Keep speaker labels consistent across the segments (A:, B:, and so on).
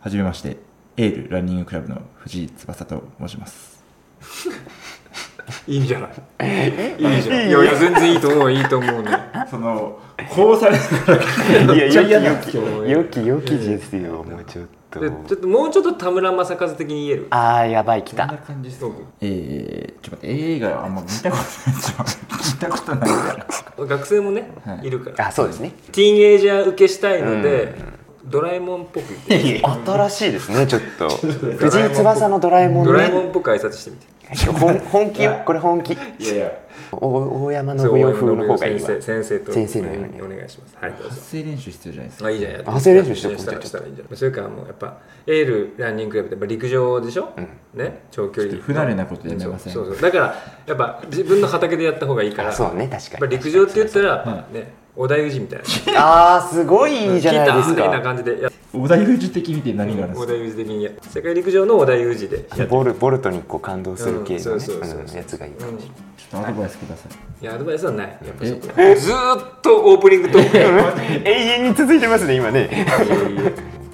A: はじめまして、エールランニングクラブの藤井翼と申します。
B: いいんじゃないいいじゃんいやいや全然いいと思ういいと思 うね
A: その、こうされてたら、
C: い
A: め
C: や
A: っちゃ
C: 良
A: 嫌なんです
C: き良き
A: けどね
C: 良き良きですよもうちょっと
B: でちょっともうちょっと田村正和的に言える
C: あーやばい来
B: こんな
C: た
B: 感じすごく
A: えー、ちょっと待って、映画あんま見たことない。ちょっと待って聞いたことない から。
B: 学生もね、
A: はい
B: い、るから
C: あそうですね
B: ティーンエイジャー受けしたいので、ドラえもんっぽく言って
C: 新しいですね ちょっと藤井翼のドラえもん
B: ドラえも
C: ね
B: んっぽく挨拶してみて
C: 本 本気よこれ本気
A: いやいや、
C: お大山信夫風の方がいいわ
B: 先生先生と
C: 先生のように
B: お願いしますはいどうぞ
A: 発声練習必要じゃないですか。
B: あいいじゃんやって
C: あそういう練習しとこう
B: したらしたらいいんじゃないそれからもうやっぱエールランニングクラブってやっぱ陸上でしょ、ね長距
A: ち
B: 離
A: ょっと不慣れなことやめません
B: そうそうそうだからやっぱ自分の畑でやった方がいいから
C: あそうね確か
B: や
C: に
B: っぱ陸上って言ったら
A: は
B: ね織田裕二みたいな
C: あーすごいいいじゃないです
B: みたいな
C: か
B: 感じでや
A: 小田裕二的にって何があるんで
B: 織
A: す
B: 田
A: か
B: 裕二的にや世界陸上の織田裕二でやって
C: ボルボルトにこう感動する系
B: う
C: の
B: ん
C: ね
B: そうそうそう
C: うんやつがいいか
B: うん
C: も
B: い
A: ちょっとアドバイスください。
B: やアドバイスはないやっぱ
A: え
B: そこはずーっとオープニングトーク
C: 永遠に続いてますね今ね
A: とい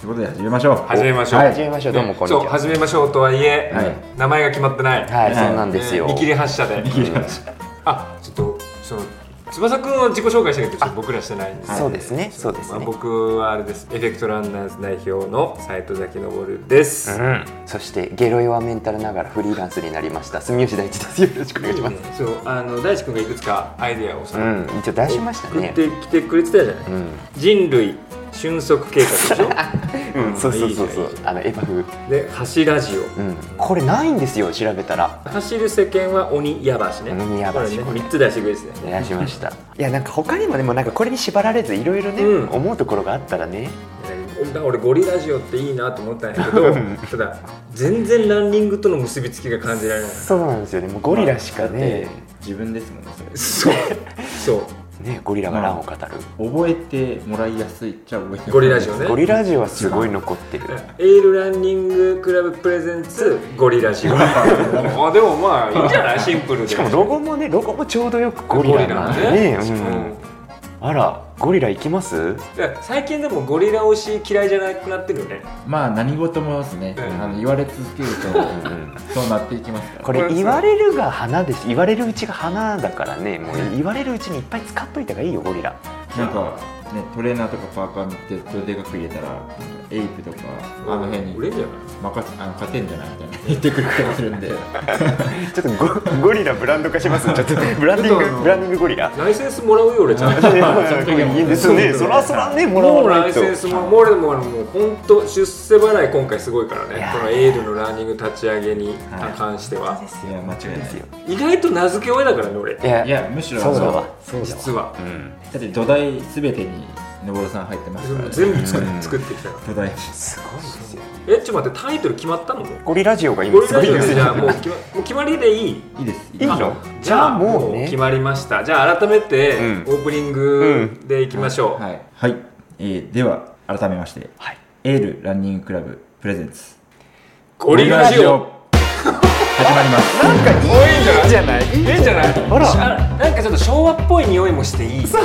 A: うことで始めましょう。
B: 始めましょう
A: はい
C: 始めましょうどうもこんにち
B: そう
C: は
B: 始めましょうとはいえ、
A: はい
B: 名前が決まってない、
C: はいそうなんですよ
B: ね見切り発車で
A: 切り発
B: あちょっとその翼くんは自己紹介したけどちょっと僕らしてないんです
C: そうですねそうです
B: まあ、
C: ね
B: 僕はあれですエフェクトランナーズ代表の斉藤崎昇です、
C: うんそしてゲロ弱メンタルながらフリーランスになりました住吉大地ですよろしくお願いします
B: そうあの大地君がいくつかアイディアをさ、
C: うん一応出しました
B: 送っ
C: ね
B: てきてくれてたじゃない、
C: うん
B: 人類瞬足計画 でし
C: うんそうそうそ
B: い
C: うそ
B: いじゃんいいう
C: あのエパフ
B: ょで走ラジオ
C: うんこれないんですよ調べたら
B: 走る世間は鬼矢橋ね
C: 鬼矢橋
B: これね
C: これ
B: 3つ出してくれてたよね
C: 出しましたいやなんか他にもでもなんかこれに縛られずいろいろね
B: うん
C: 思うところがあったらね
B: ね俺ゴリラジオっていいなと思ったんやけどただ全然ランニングとの結びつきが感じられない
C: そうなんですよねもうゴリラしかね
A: 自分ですもんね、それ。
B: そうそう
C: ねゴリラがランを語る
A: 覚えてもらいやすいっちゃ覚えてもらいやすい
B: ゴリラジオね
C: ゴリラジオはすごい残ってる
B: エールランニングクラブプレゼンツゴリラジオ あでもまあいいんじゃないシンプルで
C: しかもロゴもねロゴもちょうどよくゴリラなんでね
B: ゴリラ
C: う
B: ね
C: んあらゴリラ行きます
B: いや最近でもゴリラ推し嫌いじゃなくなってるよね
A: まあ何事もですね、
B: うん
A: あの言われ続けるとそうなっていきますから
C: これ言われるが花です言われるうちが花だからねもう言われるうちにいっぱい使っといた方がいいよゴリラ
A: なんかねトレーナーとかパーカー見てそれでかく入れたらなんかエイプとかあの辺に
B: 売れんじゃない
A: 任せあの勝てんじゃないみたいな言ってくる気がするんで
C: ちょっと ゴゴリラブランド化しますちょっとブランディ
A: ちょっ
C: ン
A: と
C: グブランディングゴリラ
B: ライセンスもらうよ俺ちゃんと
C: いいですねそらそらね もら
B: もう
C: わ
B: ラ
C: ない
B: イ
C: と
B: センスももう俺ももう本当出世払い今回すごいから
C: い
B: ね
C: や
B: このエールのランニング立ち上げに
A: はい
B: 関しては、
A: いや間違いない
B: 意外と名付け親だからね俺
C: いや
A: いやむしろ
C: そうだ
A: あの
C: わそうだわ
B: 実は
C: うん
A: だって土台すべてにのぼるさん入ってますから、ね、
B: 全部作っ
C: うん
B: 作ってきたから
A: 土台
C: すごいですよ
B: えちょっと待ってタイトル決まったのもう
C: ゴリラジオが
B: ゴ
C: 今
B: リ
C: すご
B: ラ
C: い
B: ジオ
C: で
B: ですじゃあ
C: よ
B: もう 決まもう決まりでいい
A: いいですい
C: いいの
B: じゃあ
C: じゃあも
B: も
C: う
B: う
C: ね
B: 決まりましたじゃあ改めてオ
C: うん
B: ープニングでいきましょう、
A: はい、はいえーでは改めまして、
C: はい
A: エールランニングクラブプレゼンツ
B: ゴリラジオ
A: 始まります
C: なんかいいじゃないいい
B: いいんじゃない
C: あら
B: なんかちょっと昭和っぽい匂いもしていい
C: そう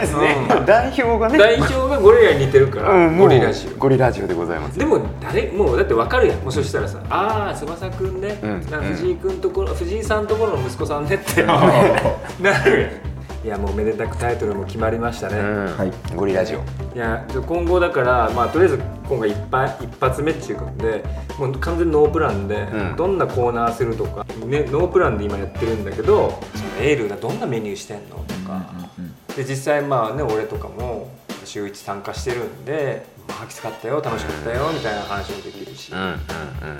C: ですね
B: う
C: 代表がね
B: 代表がゴリラに似てるから、
C: うんも
B: ゴ
C: う
B: リラジオ
C: ゴリラジオでございます
B: でも誰もうだってわかるやんもうそしたらさ「ああ翼くんね、
C: うん
B: なんか藤井くんところ藤井さんところの息子さんね」 ってな
A: は
B: るやんいやもうめでたくタイトルも決まりましたね、
C: うん
A: い
C: ゴリラジオ
B: いやちょ今後だから、まあ、とりあえず今回一発一発目っていうことでもう完全ノープランで、
C: うん
B: どんなコーナーするとか、ね、ノープランで今やってるんだけどそのエールがどんなメニューしてんのとか、
A: うんうん
B: で実際まあね俺とかも週一参加してるんで「まあ、きつかったよ楽しかったよ」みたいな話もできるし、
C: うんうんうん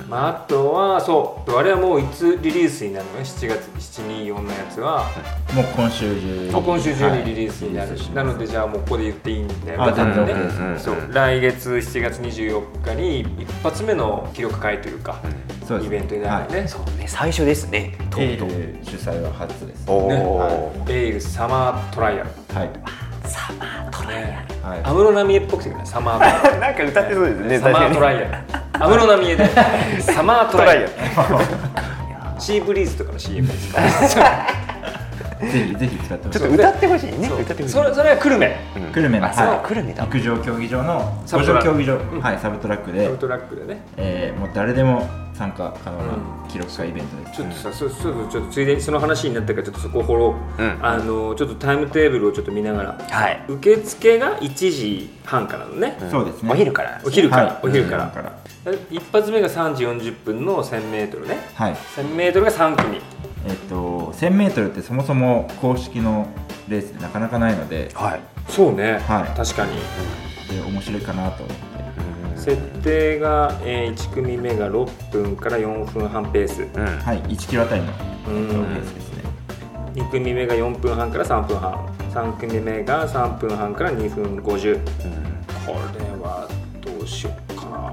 B: まあ、あとはそうあれはもういつリリースになるのね7月724のやつは、
A: もう今週中
B: もう今週中にリ
A: ー
B: リースになるし、なのでじゃあもうここで言っていいんで、
A: あ全然
B: ね
A: OK です
C: うんうんうん
B: そう来月7月24日に一発目の記録会というか、
A: スそうです
B: イベントになるのね,、
C: そうね最初ですねと
A: エ
C: うとう
A: ール主催は初です
C: お
B: ね
C: お
B: エールサマートライアル、
A: はい
B: ね
A: はい
B: 安室奈美恵っぽくてねサマートライアル
C: なんか歌って そうですね
B: サマートラ
C: イ
B: イアル安室奈美恵でサマートライアルシーブリーズとかの CM ですか
A: ぜひぜひ使ってほし
C: ち
A: い
C: ょっと歌ってほしいね
B: そう
C: 歌ってほしい
B: それそれは久留米
C: うん
A: 久留米の、
B: あそう
A: はい
C: 久留米だ
A: 陸上競技場の
B: サ
A: 五
B: ブトラ
A: 条
B: ック
A: 競技場、
B: ん
A: はい、サブトラック
B: サ
A: で
B: ブ、トラックでね
A: えーもう誰でも参加可能
B: う
A: な記録会イベントです、
B: ちょっとさ、そうそうちょっとついでにその話になったからちょっとそこを掘ろう、
C: うん
B: あのちょっとタイムテーブルをちょっと見ながら
C: はい
B: 受付が1時半からのね、
A: そうですね
C: お昼から
B: お昼から、
A: はい
B: お昼から
A: お昼から
B: え一発目が3時40分の 1000m ね
A: はい、
B: 1000m が3組
A: えっと 1000m ってそもそも公式のレースでなかなかないので
C: はい
B: そうね、
A: はい
B: 確かに
A: で面白いかなと思って
B: 設定が、え1組目が6分から4分半ペース
C: うんうん
A: はい、1キロあたりの
B: うん
A: ローペースですね、
B: 2組目が4分半から3分半3組目が3分半から2分50これはどうしようかな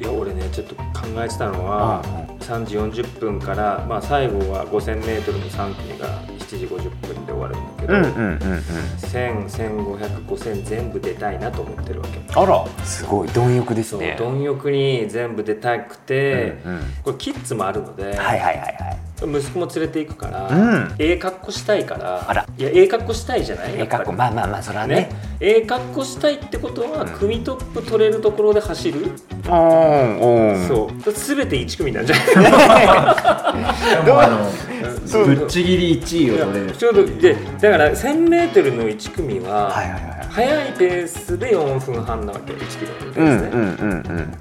B: 俺いや俺ねちょっと考えてたのは3時40分から、まあ、最後は 5000m の3組が7時50分で終わるんだけど、
C: うんうんうんうん
B: 100015005000全部出たいなと思ってるわけ
C: あらすごい貪欲です
B: そう、
C: ね
B: 貪欲に全部出たくて、
C: うんうん
B: これキッズもあるので、
C: はいはいはい
B: 息子も連れていくから、
C: うん
B: ええ格好したいから
C: あら
B: いやええ格好したいじゃない
C: はいえか
B: や
C: っこ
B: っぱ
C: まあまあまあそれは
B: りね
C: ね
B: ええ格好したいってことは、
C: うん
B: 組トップ取れるところで走る、
C: おーおー
B: そうだ全て1組なんじゃない
A: でもあの
B: そう
A: ぶっちぎり1位を取れる
B: ちょうどでだから 1000m の1組は、
C: はいはいはい
B: 速いペースで4分半なわけ1キロのペ
C: うん
B: ー
C: う
B: スね、
C: んうんうん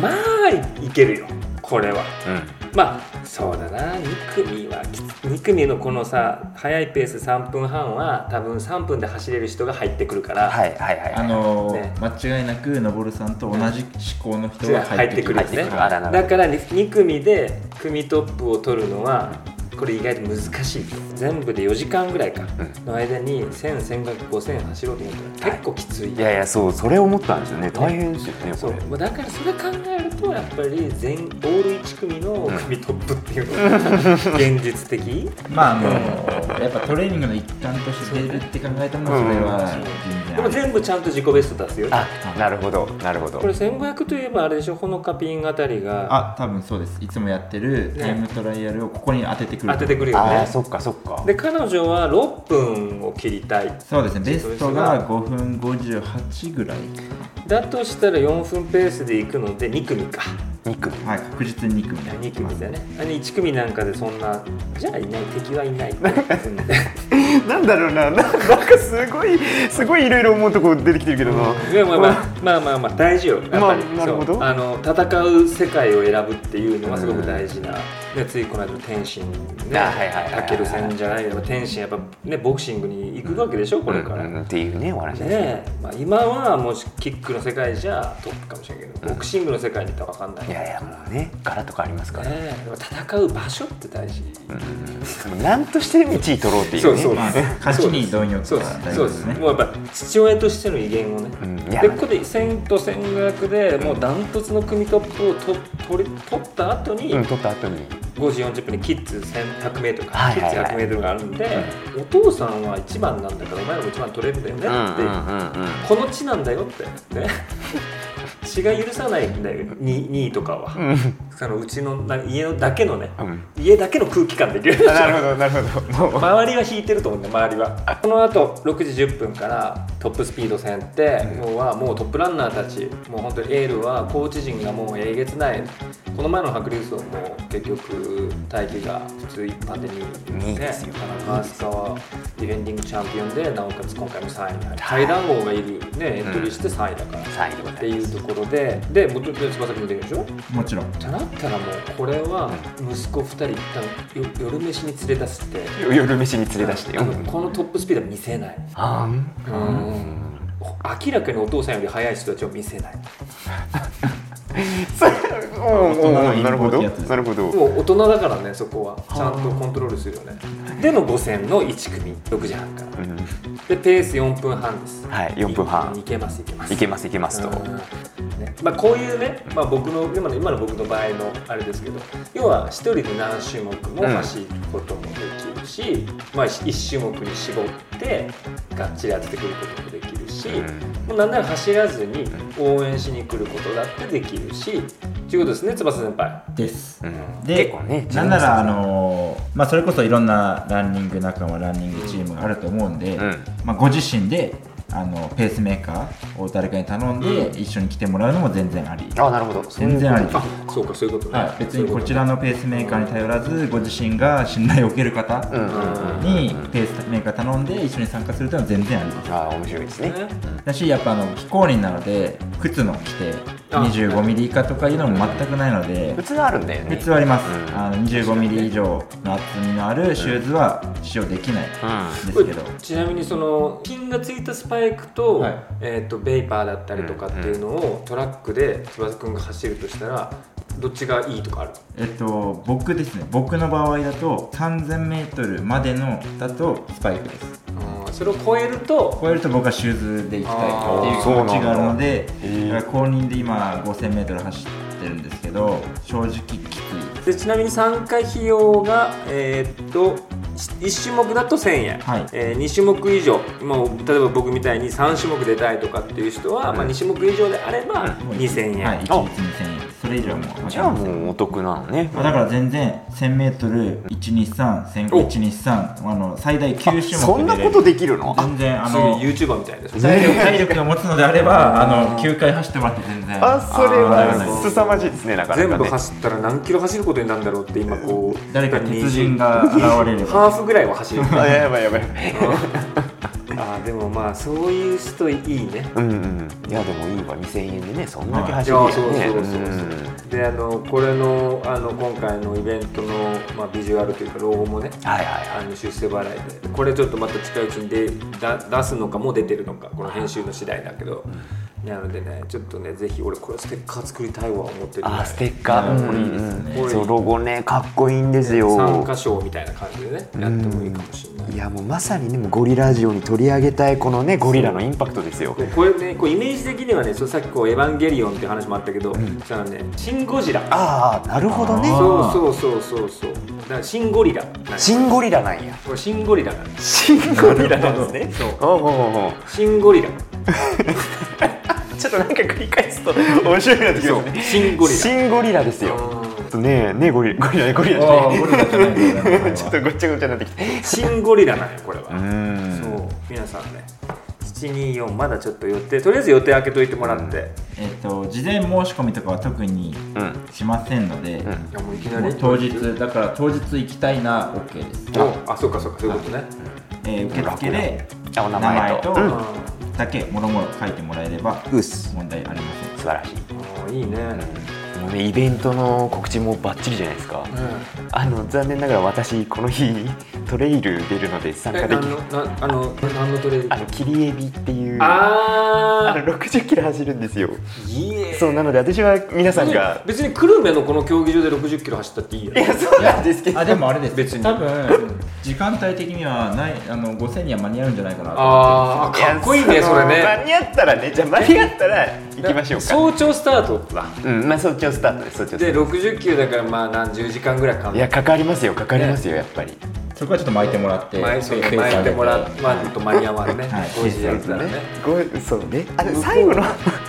B: まあいけるよこれは
C: うん
B: まあそうだな2組はきつ2組のこのさ速いペース3分半は多分3分で走れる人が入ってくるから、
C: はいはいはい
A: あの
B: ね
A: ー間違いなくのぼるさんと同じ思考の人が入
B: 入っ
A: ってて
B: く
A: く
B: る
A: る
B: んですね
C: 入ってくるあらな
B: だから2組で組トップを取るのはこれ意外と難しい全部で4時間ぐらいか、
C: う
B: の間に100015005000走ろうと思ったら結構きつい
C: いやいやそうそれ思ったんですよね大変ですよね
B: そ
C: こ
B: う
C: れ
B: もうだからそれ考えるとやっぱり全オール1組の組トップっていうのが現実的
A: まああのーやっぱトレーニングの一環として出るって考えたらもうそれは全然
B: でも全部ちゃんと自己ベスト出すよ
C: あなるほどなるほど
B: これ1500といえばあれでしょほのかピンあたりが
A: あ多分そうですいつもやってるタイムトライアルをここに当ててくる
B: 当ててくるよ
C: あ
B: ね
C: ーそっかそっか
B: で彼女は6分を切りたい
A: そうですねベストが5分58ぐらい
B: だとしたら4分ペースで行くので2組か
C: 肉
A: はい確実に2組だ
B: 2組だねあの1組なんかでそんなじゃあいない敵はいないうん
C: なんだろうな ななんかすごいすごいいろいろ思うとこ出てきてるけどな、
B: いやまあまあまあまあまあ大事よやっぱり、
C: まあなるほど
B: そうあの戦う世界を選ぶっていうのはすごく大事な、ね、ついこの間の天心ね
C: あはいはいはいはい
B: タケル戦じゃないけど天心やっぱねボクシングに行くわけでしょこれから、
C: うんうんっていうねお話ですね
B: ねえまあ、今はもうキックの世界じゃトップかもしれないけどボクシングの世界にいったら分かんない
C: いやいやもうね柄とかありますから、
B: ねえでも戦う場所って大事、
C: もう何としてでも1位取ろうっていうね
B: そうそう
A: まあ勝ちに貪欲
B: そう
A: が
B: です
A: 大
B: そ
A: 事で
B: うですす
A: ね
B: もうやっぱ父親としての威厳をね、
C: うんいや
B: でここで1000と1500でもうダントツの組トップをと取り取った後に、
C: うん取った後に
B: 5時40分にキッズ 1100m か、
C: はいはいはい
B: キッズ 100m があるんで、お父さんは1番なんだからお前らも1番取れるんだよねって、この地なんだよってね血が許さないんだよ 2, 2位とかは、
C: うん
B: そのうちのな家のだけのね、
C: うん
B: 家だけの空気感でいける
C: あなるほどなるほどもう
B: 周りは引いてると思うんだよ周りはこのあと6時10分からトップスピード戦って、要はもうトップランナーたちもう本当にエールはコーチ陣がもうえげつないこの前の白竜荘も結局大輝が普通一般で2
C: 二
B: 位
C: 位ですよ
B: 田中飛鳥はディフェンディングチャンピオンでなおかつ今回も3位に入る階段王がいるねエントリーして3位だから、
C: 3位でござい
B: っ
C: ま
B: て
C: す
B: いうところででもともと翼くんも出るでしょ
A: もちろん
B: ってなったらもうこれは息子2人一旦よ夜飯に連れ出すって
C: よ夜飯に連れ出してよ、
B: このトップスピードは見せない、
C: あん
B: 明らかにお父さんより速い人たちを見せない
C: そうんうんうんなるほどなるほど
B: もう大人だからねそこはちゃんとコントロールするよねでの5000の1組6時半から
C: うん
B: でペース4分半です
C: はい4分半
B: いいけますいけます
C: いけますいけますと
B: うんねまあ、こういうね、まあ、僕の今の今の僕の場合のあれですけど要は一人で何種目も
C: うん
B: 走ることもできるし、まあ、1種目に絞ってがっちり当ててくることもできるしし、
C: う
B: も
C: ん
B: うなんなら走らずに応援しに来ることだってできるしということですね翼先輩
A: です
C: うん
A: で
C: 結構ね
A: なんならあ
C: 自
A: のーまあ、それこそいろんなランニング仲間ランニングチームがあると思うんで、
C: 分の
A: まあ、ご自身であのペースメーカーを誰かに頼ん
B: う
A: で一緒に来てもらうのも全然あり、
C: うん、あなるほど
A: 全然あり
B: あそうかそういうことね、
A: はい、別にこち
B: ら
A: らのペースメーカーに頼らずご自身が信頼を受ける方
C: うんうんうん
A: にペースメーカー頼んで一緒に参加するというのは全然ありです
C: あー面白いですね
B: ね
A: だしやっぱあの非公認なので靴の規定
B: あ
A: 2 5ミリ以下とかいうのも全くないので
C: 普通あるんだよね
A: 普通はあります、
C: うん
A: あの2 5ミリ以上の厚みのあるシューズは使用できないんですけど、
B: ちなみにその金がついたスパイクと,、
A: はい
B: えー、とベイパーだったりとかっていうのをトラックで翼くんが走るとしたらどっちがいいとかある
A: えっと、僕ですね僕の場合だと 3000m までのだとスパイクです
B: あーそれを超えると
A: 超えると僕はシューズで行きたいっていう気持ちがあるので
C: あーそうなんだ
A: だから公認で今 5000m 走ってるんですけど正直きつい
B: でちなみに参加費用がえーっと1種目だと1000円、
A: はい
B: え2種目以上今例えば僕みたいに3種目出たいとかっていう人は、
C: うん
B: まあ、2種目以上であれば
A: もう
B: 2000円、
A: はい一律2000円それ以上はもう
C: じゃあもうお得なのね
A: まあ、だから全然 1000m123123 あの最大9種目で
C: そんなことできるの
A: 全然あ
B: すご
A: の
B: い YouTuber みたいです
A: 体力体力が持つのであればあの9回走ってもらって全然
C: あそれ
A: あー
C: は凄まじいですねなかな
B: 全
C: か
B: 部
C: ね
B: 走ったら何キロ走ることになるんだろうって今こう
A: 誰か鉄人が現れれば
B: ハーフぐらいは 走る
C: あやばいや ばい
B: あーでもまあそういう人いいね
C: うんうんいやでもいいわ2000円でねそんだけ走
B: いや
C: る
B: そう
C: よね
B: そうそうそうであのこれのあの今回のイベントの、まあ、ビジュアルというかロゴもね
C: はいはいは
B: あの出世払いでこれちょっとまた近いうちにでだ出すのかもう出てるのかこの編集の次第だけど、なのでねちょっとねぜひ俺これステッカー作りたいわ思ってる
C: あーステッカー、
A: う
C: うんんうん
B: これいいですね
C: そうロゴねかっこいいんですよ
B: 参加賞みたいな感じでねやってもいいかもしれない
C: いやもうまさにねもうゴリラジオに取り上げたいこのねゴリラのインパクトですよ
B: こうこれねこうイメージ的にはねそうさっきこう「エヴァンゲリオン」って話もあったけど、そのね「シン・ゴジラ」
C: ああなるほどね
A: あー
B: そうそうそうそうそうだから「シン・ゴリラ」なんです
C: シンゴリラなんや
B: これ「シン・ゴリラ」なんです
C: シンゴリラなんですね
B: そう
C: おうおうおう
B: 「シン・ゴリラ」
C: ちょっとなんか繰り返すと面白いなってき
B: そう
C: ます
B: 「
C: ね
B: シン・ゴリラ
C: シンゴリラです」よ
B: うん
C: ちょっとねねゴリラゴリラねゴリラじゃ
A: あ
C: な
A: あ
C: い
A: ゴリラじゃないんだよな
C: ちょっとごっちゃごちゃになってきて
B: 「シン・ゴリラ」なんよこれは、
C: ん
B: そう皆さんね724まだちょっと予定とりあえず予定開けといてもらって、
A: えっと事前申し込みとかは特に
C: うん
A: しませんので、
C: ん
B: いやもういきな
A: も
B: り
A: う当日だから当日行きたいな OK です、
B: おあそうかそうかそういうことね、
A: えー受付で
C: あお
A: 名
C: 名
A: 前
C: 前
A: と
C: と
B: うん
A: だけもろもろ書いてもらえれば
C: うっす
A: 問題ありません
C: 素晴らしい
B: あーいいね、
C: もうねイベントの告知もバッチリじゃないですか
B: うん
C: あの残念ながら私この日トレイル出るので参加
B: え
C: で
B: 何
C: き
B: のなあの何のトレーニング
C: あの切りエビっていうあ
B: あ
C: の60キロ走るんですよ
B: ーいいね
C: そうなので私は皆さんが
B: 別に久留米のこの競技場で60キロ走ったっていいよ
C: い
B: ね
C: やそうなんですけど
A: あでもあれです
B: 別に
A: 多分時間帯的にはないあの5000には間に合うんじゃないかなと
B: あー
C: いや
B: かっこいいねそれ
C: 間
B: ね
C: に合ったらねじゃあ間に合ったら行きましょうか
B: 早朝スタートだ
C: うんまあ早朝スタートです早朝スタ
B: で
C: ー
B: 60キロだからまあ何十時間ぐらいかか
C: ト
B: ん
C: い
B: の
C: やかかりますよかかりますよやっぱり
A: そこはちょっと巻いてもらって
B: 前そう
A: ペース
B: 前
A: 上
B: 行っ
A: げ
B: てもらわんと間に合わんね
A: はい
B: 5時やったらね
C: ごそうねあで最後の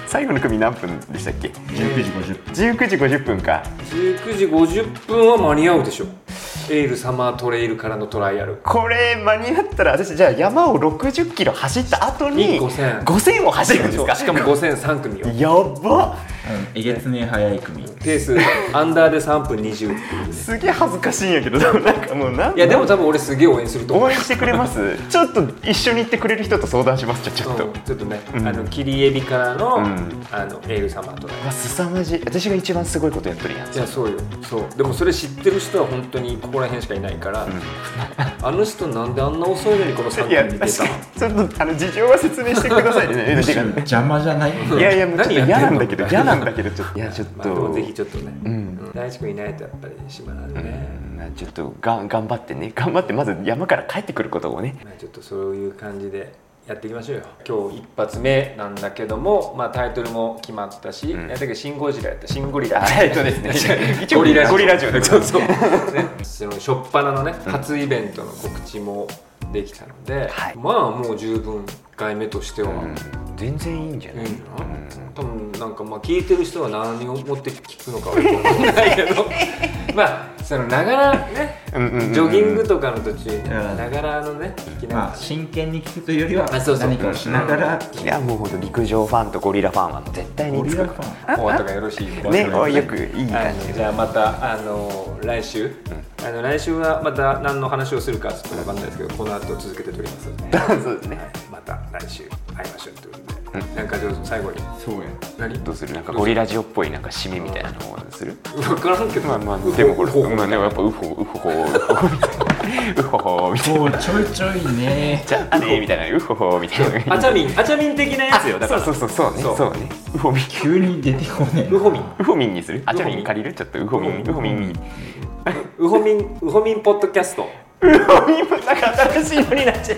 C: 最後の組何分でしたっけ
A: 19時50分
C: 19時50分か
B: 19時50分は間に合うでしょエールサマートレイルからのトライアル
C: これ間に合ったら私じゃあ山を60キロ走った後に
B: 5000
C: 5000を走るんですか
B: しかも5003組よ
C: やば
A: うんえげつねえ早い組
B: ペースアンダーで3分20っていう
C: すげえ恥ずかしいんやけどでもなんかもうなん
B: いやでも多分俺すげえ応援すると思う
C: 応援してくれますちょっと一緒に行ってくれる人と相談しますじゃあちょっと、
B: うんちょっとね、
C: ん
B: あの切りエビからの、
C: ん
B: あのエール様とね
C: うわ凄まじい私が一番すごいことやってるやん
B: いやそうよそうでもそれ知ってる人は本当にここら辺しかいないから、あの人なんであんな遅いのにこの3
C: いや
B: 組に出
C: 確
B: た
C: か
B: の
C: にちょっとあの事情は説明してください ねてか
A: 邪魔じゃない
C: いやいやもうちょ
B: 何
C: っと
B: や
C: 嫌
B: ってんの
C: なんだ けど嫌なんだけどちょっといやちょっ
B: まあ、
C: と、
B: でもぜひちょっとね、
C: ん
B: うん大地君いないとやっぱり島なんで
C: う
B: ね、
C: んまあちょっとが頑張ってね頑張ってまず山から帰ってくることをね
B: まあ、ちょっとそういう感じでやっていきましょうよ今日一発目なんだけども、まあ、タイトルも決まったし、
C: ん
B: やったけどシン・ゴジラやったシン・ゴリラ
C: あえっとですね 一応
B: ゴリラ
C: ゴリラジオ
B: そうそう、 ね、その初っ端のね初イベントの告知もできたので、
C: はい
B: まあもう十分1回目としては、
C: うん全然いいんじゃない、
B: う
C: うんん
B: 多分なんかまあ聞いてる人は何を持って聞くのかはよくわかんないけどまあそのながらね
C: うんうんうんうん
B: ジョギングとかの途中に
A: ん
B: ながらのね聞きながら、
A: まあ真剣に聞くというよりは
B: あそうそう
A: 何かをしながら
C: いやもうほんと陸上ファンとゴリラファンはもう絶対に
A: ゴ
C: い
A: リ
C: つ
A: ラ
C: か
A: ファン
B: お後がよろしいご安
C: ね
B: 心
C: こ
B: を
C: うよくいい
B: は
C: 感
B: い
C: じで
B: じゃあまたあの来週、あの来週はまた何の話をするかちょっとわかんないですけどこの後続けて撮りますので、はい、
C: そうですね
B: また来週会いましょうということで、なんかちょっと最後に
A: そうや
B: 何
C: どうするなんかゴリラジオっぽいなんか締めみたいなのをする
B: 分からんけど
C: まあまあでもこれ
B: ほうほう
C: まあねやっぱウホウホホウホホみたいなウホホみたいな
A: おーちょいちょいね
C: じゃあねみたいなウホホみたいな
B: アチャミンアチャミン的なやつよだから
C: そうそうそうそうね
B: そう
C: そうねウホミン
A: 急に出てこねえ
B: ウホミン
C: ウホミンにするあじゃあ
B: ウホミン
C: 借りるちょっとウホミンウホミン
B: ウホミンウホミンポッドキャスト
C: ウホミンもなんか新しいのになっちゃ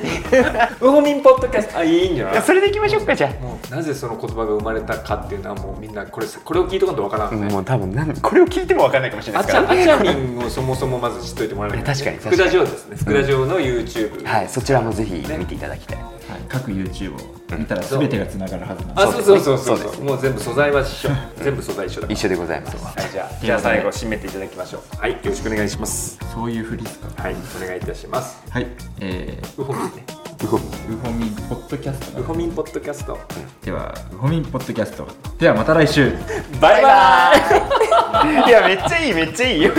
C: う
B: ウホミンポッドキャストあいいんじゃ
C: い
B: な
C: や
B: い
C: それでいきましょうかじゃあ
B: もうなぜその言葉が生まれたかっていうのはもうみんなこれこれを聞いとかんとわからんね、
C: もう多分なんこれを聞いても分かんないかもしれな
B: ア
C: いで
B: チ
C: すか
B: ャ
C: ら
B: アチャミンをそもそもまず知っといてもらわないとね
C: 確かに
B: 福田城ですね福田城の YouTube、
C: はいそちらもぜひ見ていただきたい
A: はい各 YouTube を見たら全てがつながるはずなんで
B: あそうそうそうそう
C: そうですね
B: もう全部素材は一緒全部素材一緒だから
C: 一緒でございます
B: はいじゃあじゃあ最後締めていただきましょうはいよろしくお願いします
A: そういうふりですか
B: はいお願いいたします
A: はいえー
B: ウホミンね
C: ウホミン
A: ウホミンポッドキャスト
B: ウ
A: な
B: ホミンポッドキャスト
A: ではウホミンポッドキャストではまた来週
B: バイバイ
C: イいやめっちゃいいめっちゃいいよ